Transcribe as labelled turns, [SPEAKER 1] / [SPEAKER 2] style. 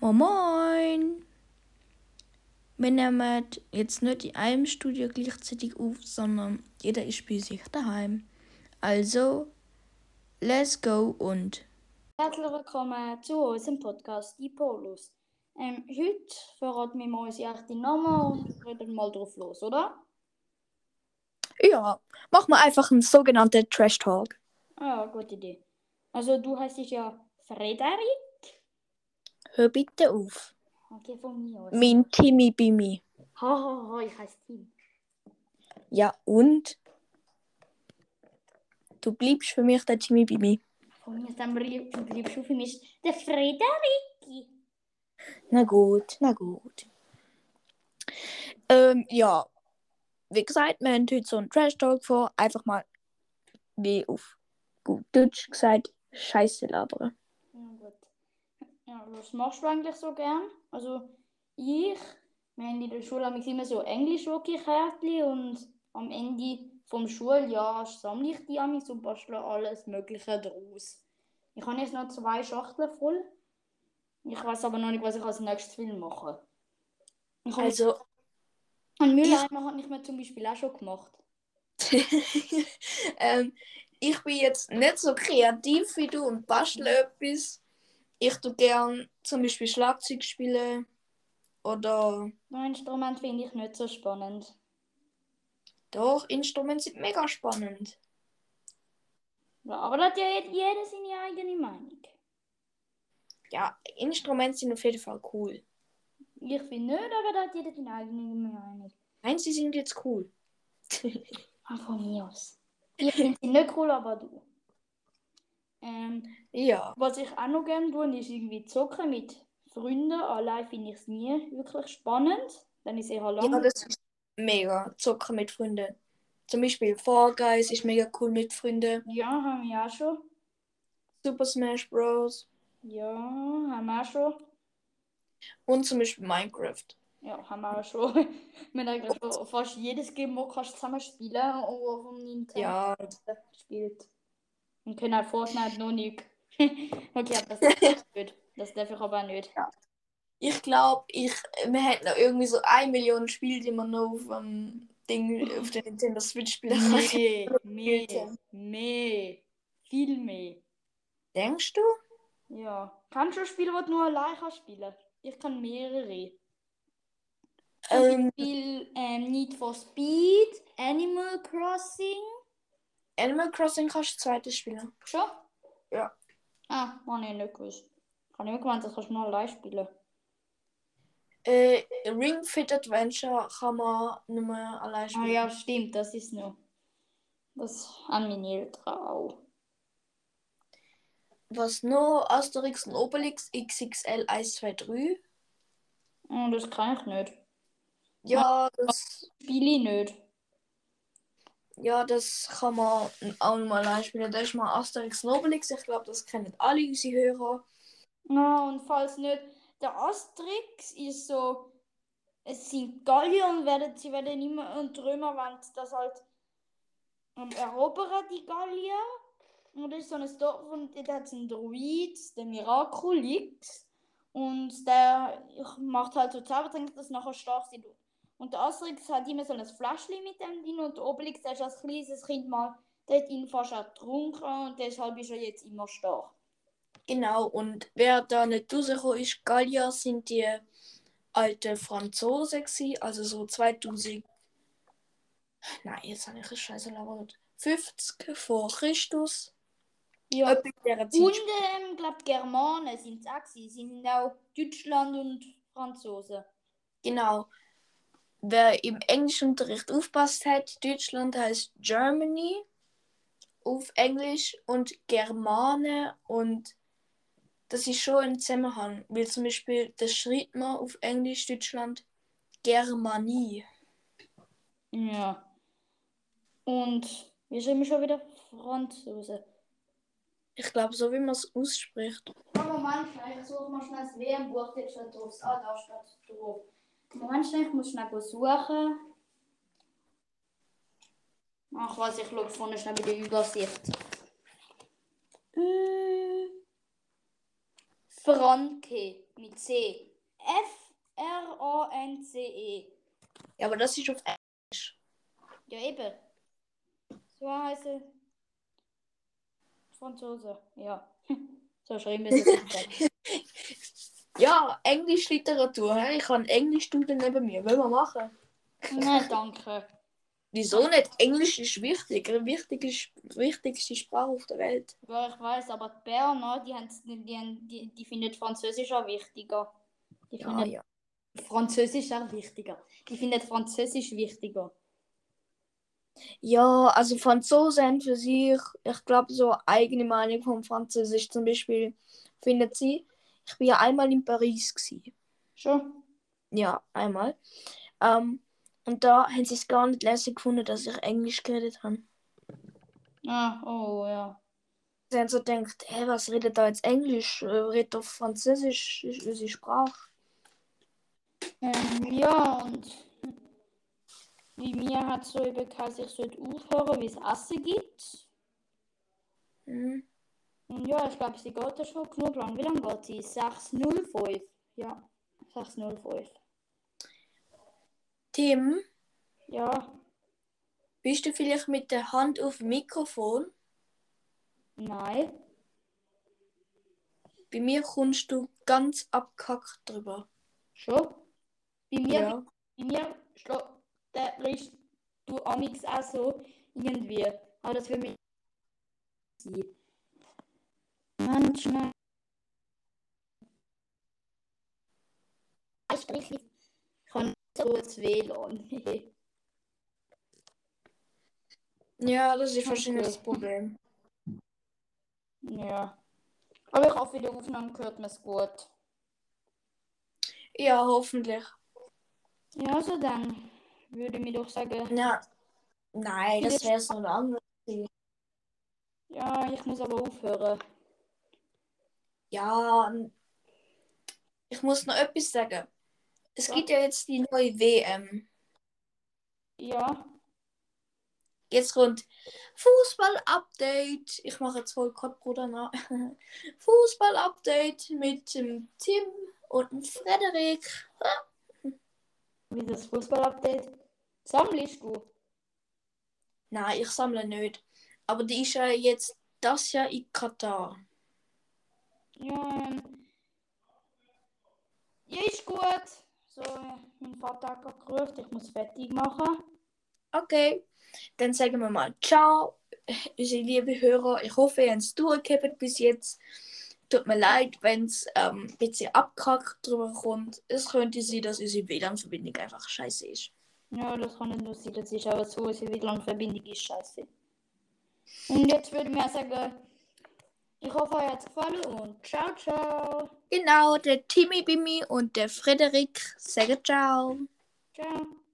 [SPEAKER 1] Moin Moin! Wir nehmen jetzt nicht in einem Studio gleichzeitig auf, sondern jeder ist bei sich daheim. Also, let's go und
[SPEAKER 2] Herzlich willkommen zu unserem Podcast «Die Polos». Ähm, heute verraten wir mal unsere echten Namen und reden mal drauf los, oder?
[SPEAKER 1] ja, machen wir einfach einen sogenannten Trash Talk.
[SPEAKER 2] Ah, Ja, gute Idee. Also du heißt dich ja Frederik?
[SPEAKER 1] Hör bitte auf.
[SPEAKER 2] Okay, von mir aus.
[SPEAKER 1] Mein Timmy Bimi.
[SPEAKER 2] Ha, ha, ha, ich heiße Tim.
[SPEAKER 1] Ja, und? Du bleibst für mich der Timmy Bimi.
[SPEAKER 2] Von mir aus dann bleib- du bleibst du für mich der Frederik.
[SPEAKER 1] Na gut, na gut. Ähm, ja. Wie gesagt, wir haben heute so einen Trash-Talk vor. Einfach mal, wie auf gut Deutsch gesagt, Scheiße labern.
[SPEAKER 2] Ja, gut. Ja, was machst du eigentlich so gern? Also ich, wir haben in der Schule manchmal immer so englisch kärtchen und am Ende vom Schuljahr sammle ich die Amis und bastle alles Mögliche draus. Ich habe jetzt noch zwei Schachteln voll. Ich weiß aber noch nicht, was ich als nächstes will machen. Ich habe also,
[SPEAKER 1] Also,
[SPEAKER 2] einen Mülleimer habe ich mir zum Beispiel auch schon gemacht.
[SPEAKER 1] ähm, ich bin jetzt nicht so kreativ wie du und bastle etwas. Ich tue gern zum Beispiel Schlagzeug spielen oder
[SPEAKER 2] Ein Instrument finde ich nicht so spannend.
[SPEAKER 1] doch, Instrumente sind mega spannend.
[SPEAKER 2] Ja, aber da hat ja jeder seine eigene Meinung.
[SPEAKER 1] Ja, Instrumente sind auf jeden Fall cool.
[SPEAKER 2] Ich finde nicht, aber da hat jeder seine eigene Meinung.
[SPEAKER 1] Nein, sie sind jetzt cool.
[SPEAKER 2] Ah, von mir aus. Ich finde sie nicht cool, aber du. Ähm,
[SPEAKER 1] Ja.
[SPEAKER 2] was ich auch noch gerne tue, ist irgendwie zocken mit Freunden. Allein finde ich es nie wirklich spannend. Dann ist es eher lang.
[SPEAKER 1] Ja, das ist mega. Zocken mit Freunden. Zum Beispiel Fall Guys ist mega cool mit Freunden.
[SPEAKER 2] ja, haben wir auch schon.
[SPEAKER 1] Super Smash Bros.
[SPEAKER 2] Ja, haben wir auch schon.
[SPEAKER 1] Und zum Beispiel Minecraft.
[SPEAKER 2] Ja, haben wir auch schon. Wir haben eigentlich schon fast jedes Game, das kannst du zusammen spielen und vom Nintendo
[SPEAKER 1] Ja,
[SPEAKER 2] spielt. Und können auch Fortnite noch nicht. okay, aber das darf ich nicht. Das darf ich aber nicht.
[SPEAKER 1] ich glaube, ich, wir hätten noch irgendwie so 1 Million Spiele, die man noch auf dem Ding, auf der Nintendo Switch spielen kann.
[SPEAKER 2] Mehr, mehr,
[SPEAKER 1] Bitte.
[SPEAKER 2] mehr. Viel mehr.
[SPEAKER 1] Denkst du?
[SPEAKER 2] Ja. Kannst du ein Spiel, das du nur allein kannst spielen? Ich kann mehrere.
[SPEAKER 1] Ähm,
[SPEAKER 2] Spiel ähm, Need for Speed, Animal Crossing.
[SPEAKER 1] Animal Crossing kannst du zweites spielen.
[SPEAKER 2] Schon?
[SPEAKER 1] Ja.
[SPEAKER 2] Ah, Mann, ich nicht gewusst. Ich habe nicht gemeint, das kannst du nur allein spielen.
[SPEAKER 1] Äh, Ring Fit Adventure kann man nicht mehr allein
[SPEAKER 2] Ah
[SPEAKER 1] spielen.
[SPEAKER 2] ja, stimmt, das ist noch. Das haben meine Eltern auch.
[SPEAKER 1] Was noch? Asterix und Obelix XXL 123.
[SPEAKER 2] Und Ah, das kann ich nicht.
[SPEAKER 1] Ja, das.
[SPEAKER 2] Spiele ich nicht.
[SPEAKER 1] Ja, das kann man auch noch mal einspielen. Da ist mal Asterix und Obelix. Ich glaube, das kennen alle unsere Hörer.
[SPEAKER 2] Na, und falls nicht, der Asterix ist so, es sind Gallier und werden, sie werden immer und die Römer wollen das halt ähm, erobern, die Gallier. Und das ist so ein Dorf und dort hat es einen Druid, den Miraculix. Und der macht halt so Zaubertränke, dass sie nachher stark sind. Und der Asterix hat immer so ein Fläschchen mit dem drin und der Obelix, der ist als kleines Kind mal, der hat ihn fast ertrunken und deshalb ist er jetzt immer stark.
[SPEAKER 1] Genau, und wer da nicht rausgekommen ist, Gallier sind die alten Franzosen gewesen, also so 2000. Nein, jetzt habe ich eine Scheiße labert. 50 vor Christus.
[SPEAKER 2] Ja.
[SPEAKER 1] Etwa in dieser Zeit.
[SPEAKER 2] Und ähm, glaube Germanen sind es auch. gewesen. Sie sind auch Deutschland und Franzosen.
[SPEAKER 1] Genau. Wer im Englischunterricht aufpasst hat, Deutschland heißt Germany auf Englisch und Germane und das ist schon ein Zusammenhang, weil zum Beispiel das schreibt man auf Englisch Deutschland Germanie.
[SPEAKER 2] Ja. Und wir sind schon wieder Franzosen.
[SPEAKER 1] Ich glaube, so wie man es ausspricht.
[SPEAKER 2] Moment, schnell, ich suche mal schnell das WM-Buch, das steht drauf. Ah, da steht drauf. Moment, schnell, ich muss schnell go suchen. Ach was, ich schaue vorne schnell bei der Übersicht. Äh, Franke mit C. F-R-A-N-C-E.
[SPEAKER 1] Ja, aber das ist auf
[SPEAKER 2] Ja, eben. So heißen Franzose. Ja. So schreiben wir es jetzt.
[SPEAKER 1] Ja, Englischliteratur. hä? Ich habe Englischstudien neben mir. Wollen wir machen?
[SPEAKER 2] Nein, danke.
[SPEAKER 1] Wieso nicht? Englisch ist wichtig. Die wichtigste, wichtigste Sprache auf der Welt.
[SPEAKER 2] Ja, ich weiß, aber die Berner, die, haben's- die, haben- die, die finden Französisch auch wichtiger. Die
[SPEAKER 1] Ja,
[SPEAKER 2] finden
[SPEAKER 1] ja.
[SPEAKER 2] Französisch auch wichtiger. Die finden Französisch wichtiger.
[SPEAKER 1] Ja, also Franzosen haben für sich, ich glaube, so eine eigene Meinung vom Französisch zum Beispiel. Findet sie, ich bin ja einmal in Paris gewesen.
[SPEAKER 2] Schon?
[SPEAKER 1] Ja, einmal. Ähm, und da haben sie es gar nicht lässig gefunden, dass ich Englisch geredet habe.
[SPEAKER 2] Ah, oh ja.
[SPEAKER 1] Sie haben so gedacht, hä, was redet da jetzt Englisch? Äh, Redet doch Französisch, ist unsere Sprache.
[SPEAKER 2] Ähm, ja, und wie mir hat so eben geheißen, ich sollte aufhören, wie es Essen gibt.
[SPEAKER 1] Hm.
[SPEAKER 2] Und ja, ich glaube, sie geht ja schon genug lang. Wie lange geht sie? 6.05. Ja, 6.05.
[SPEAKER 1] Tim,
[SPEAKER 2] Ja,
[SPEAKER 1] bist du vielleicht mit der Hand auf dem Mikrofon?
[SPEAKER 2] nein.
[SPEAKER 1] Bei mir kommst du ganz abgehackt drüber.
[SPEAKER 2] Schon? Bei mir
[SPEAKER 1] Ja.
[SPEAKER 2] Bei mir schlägt der Risch du Amix auch so irgendwie. Aber das will mich sein. Manchmal. Ich kann so das WLAN.
[SPEAKER 1] Ja, das ist
[SPEAKER 2] Okay.
[SPEAKER 1] wahrscheinlich das Problem.
[SPEAKER 2] ja. Aber ich hoffe, in der Aufnahme hört man es gut.
[SPEAKER 1] Ja, hoffentlich.
[SPEAKER 2] Ja, also dann würde ich mir doch sagen,
[SPEAKER 1] Ja. Nein, das wäre so ein anderes.
[SPEAKER 2] ja, ich muss aber aufhören.
[SPEAKER 1] Ja, n- ich muss noch etwas sagen. Es
[SPEAKER 2] Ja.
[SPEAKER 1] gibt ja jetzt die neue WM.
[SPEAKER 2] Ja,
[SPEAKER 1] Jetzt kommt Fußball-Update. Ich mache jetzt wohl Kottbruder nach. Fußball-Update mit dem Tim und dem Frederik.
[SPEAKER 2] wie das Fußball-Update. Sammelst du?
[SPEAKER 1] Nein, ich sammle nicht. Aber die ist ja jetzt das Jahr in Katar.
[SPEAKER 2] Ja, ähm, ja, ist gut. So, äh, mein Vater hat gerade gerufen, ich muss fertig machen.
[SPEAKER 1] Okay, dann sagen wir mal Ciao, unsere lieben Hörer. Ich hoffe, ihr habt es durchgehabt bis jetzt. Tut mir leid, wenn es ähm, ein bisschen abgehackt drüber kommt. Es könnte sein, dass unsere WLAN-Verbindung einfach scheiße ist.
[SPEAKER 2] Ja, das kann nicht nur sein, das ist aber so, unsere WLAN-Verbindung ist scheiße. Und jetzt würde ich mir sagen, ich hoffe, euch hat es gefallen und ciao, ciao.
[SPEAKER 1] Genau, der Timmy Bimmy und der Frederik sagen Ciao.
[SPEAKER 2] Ciao.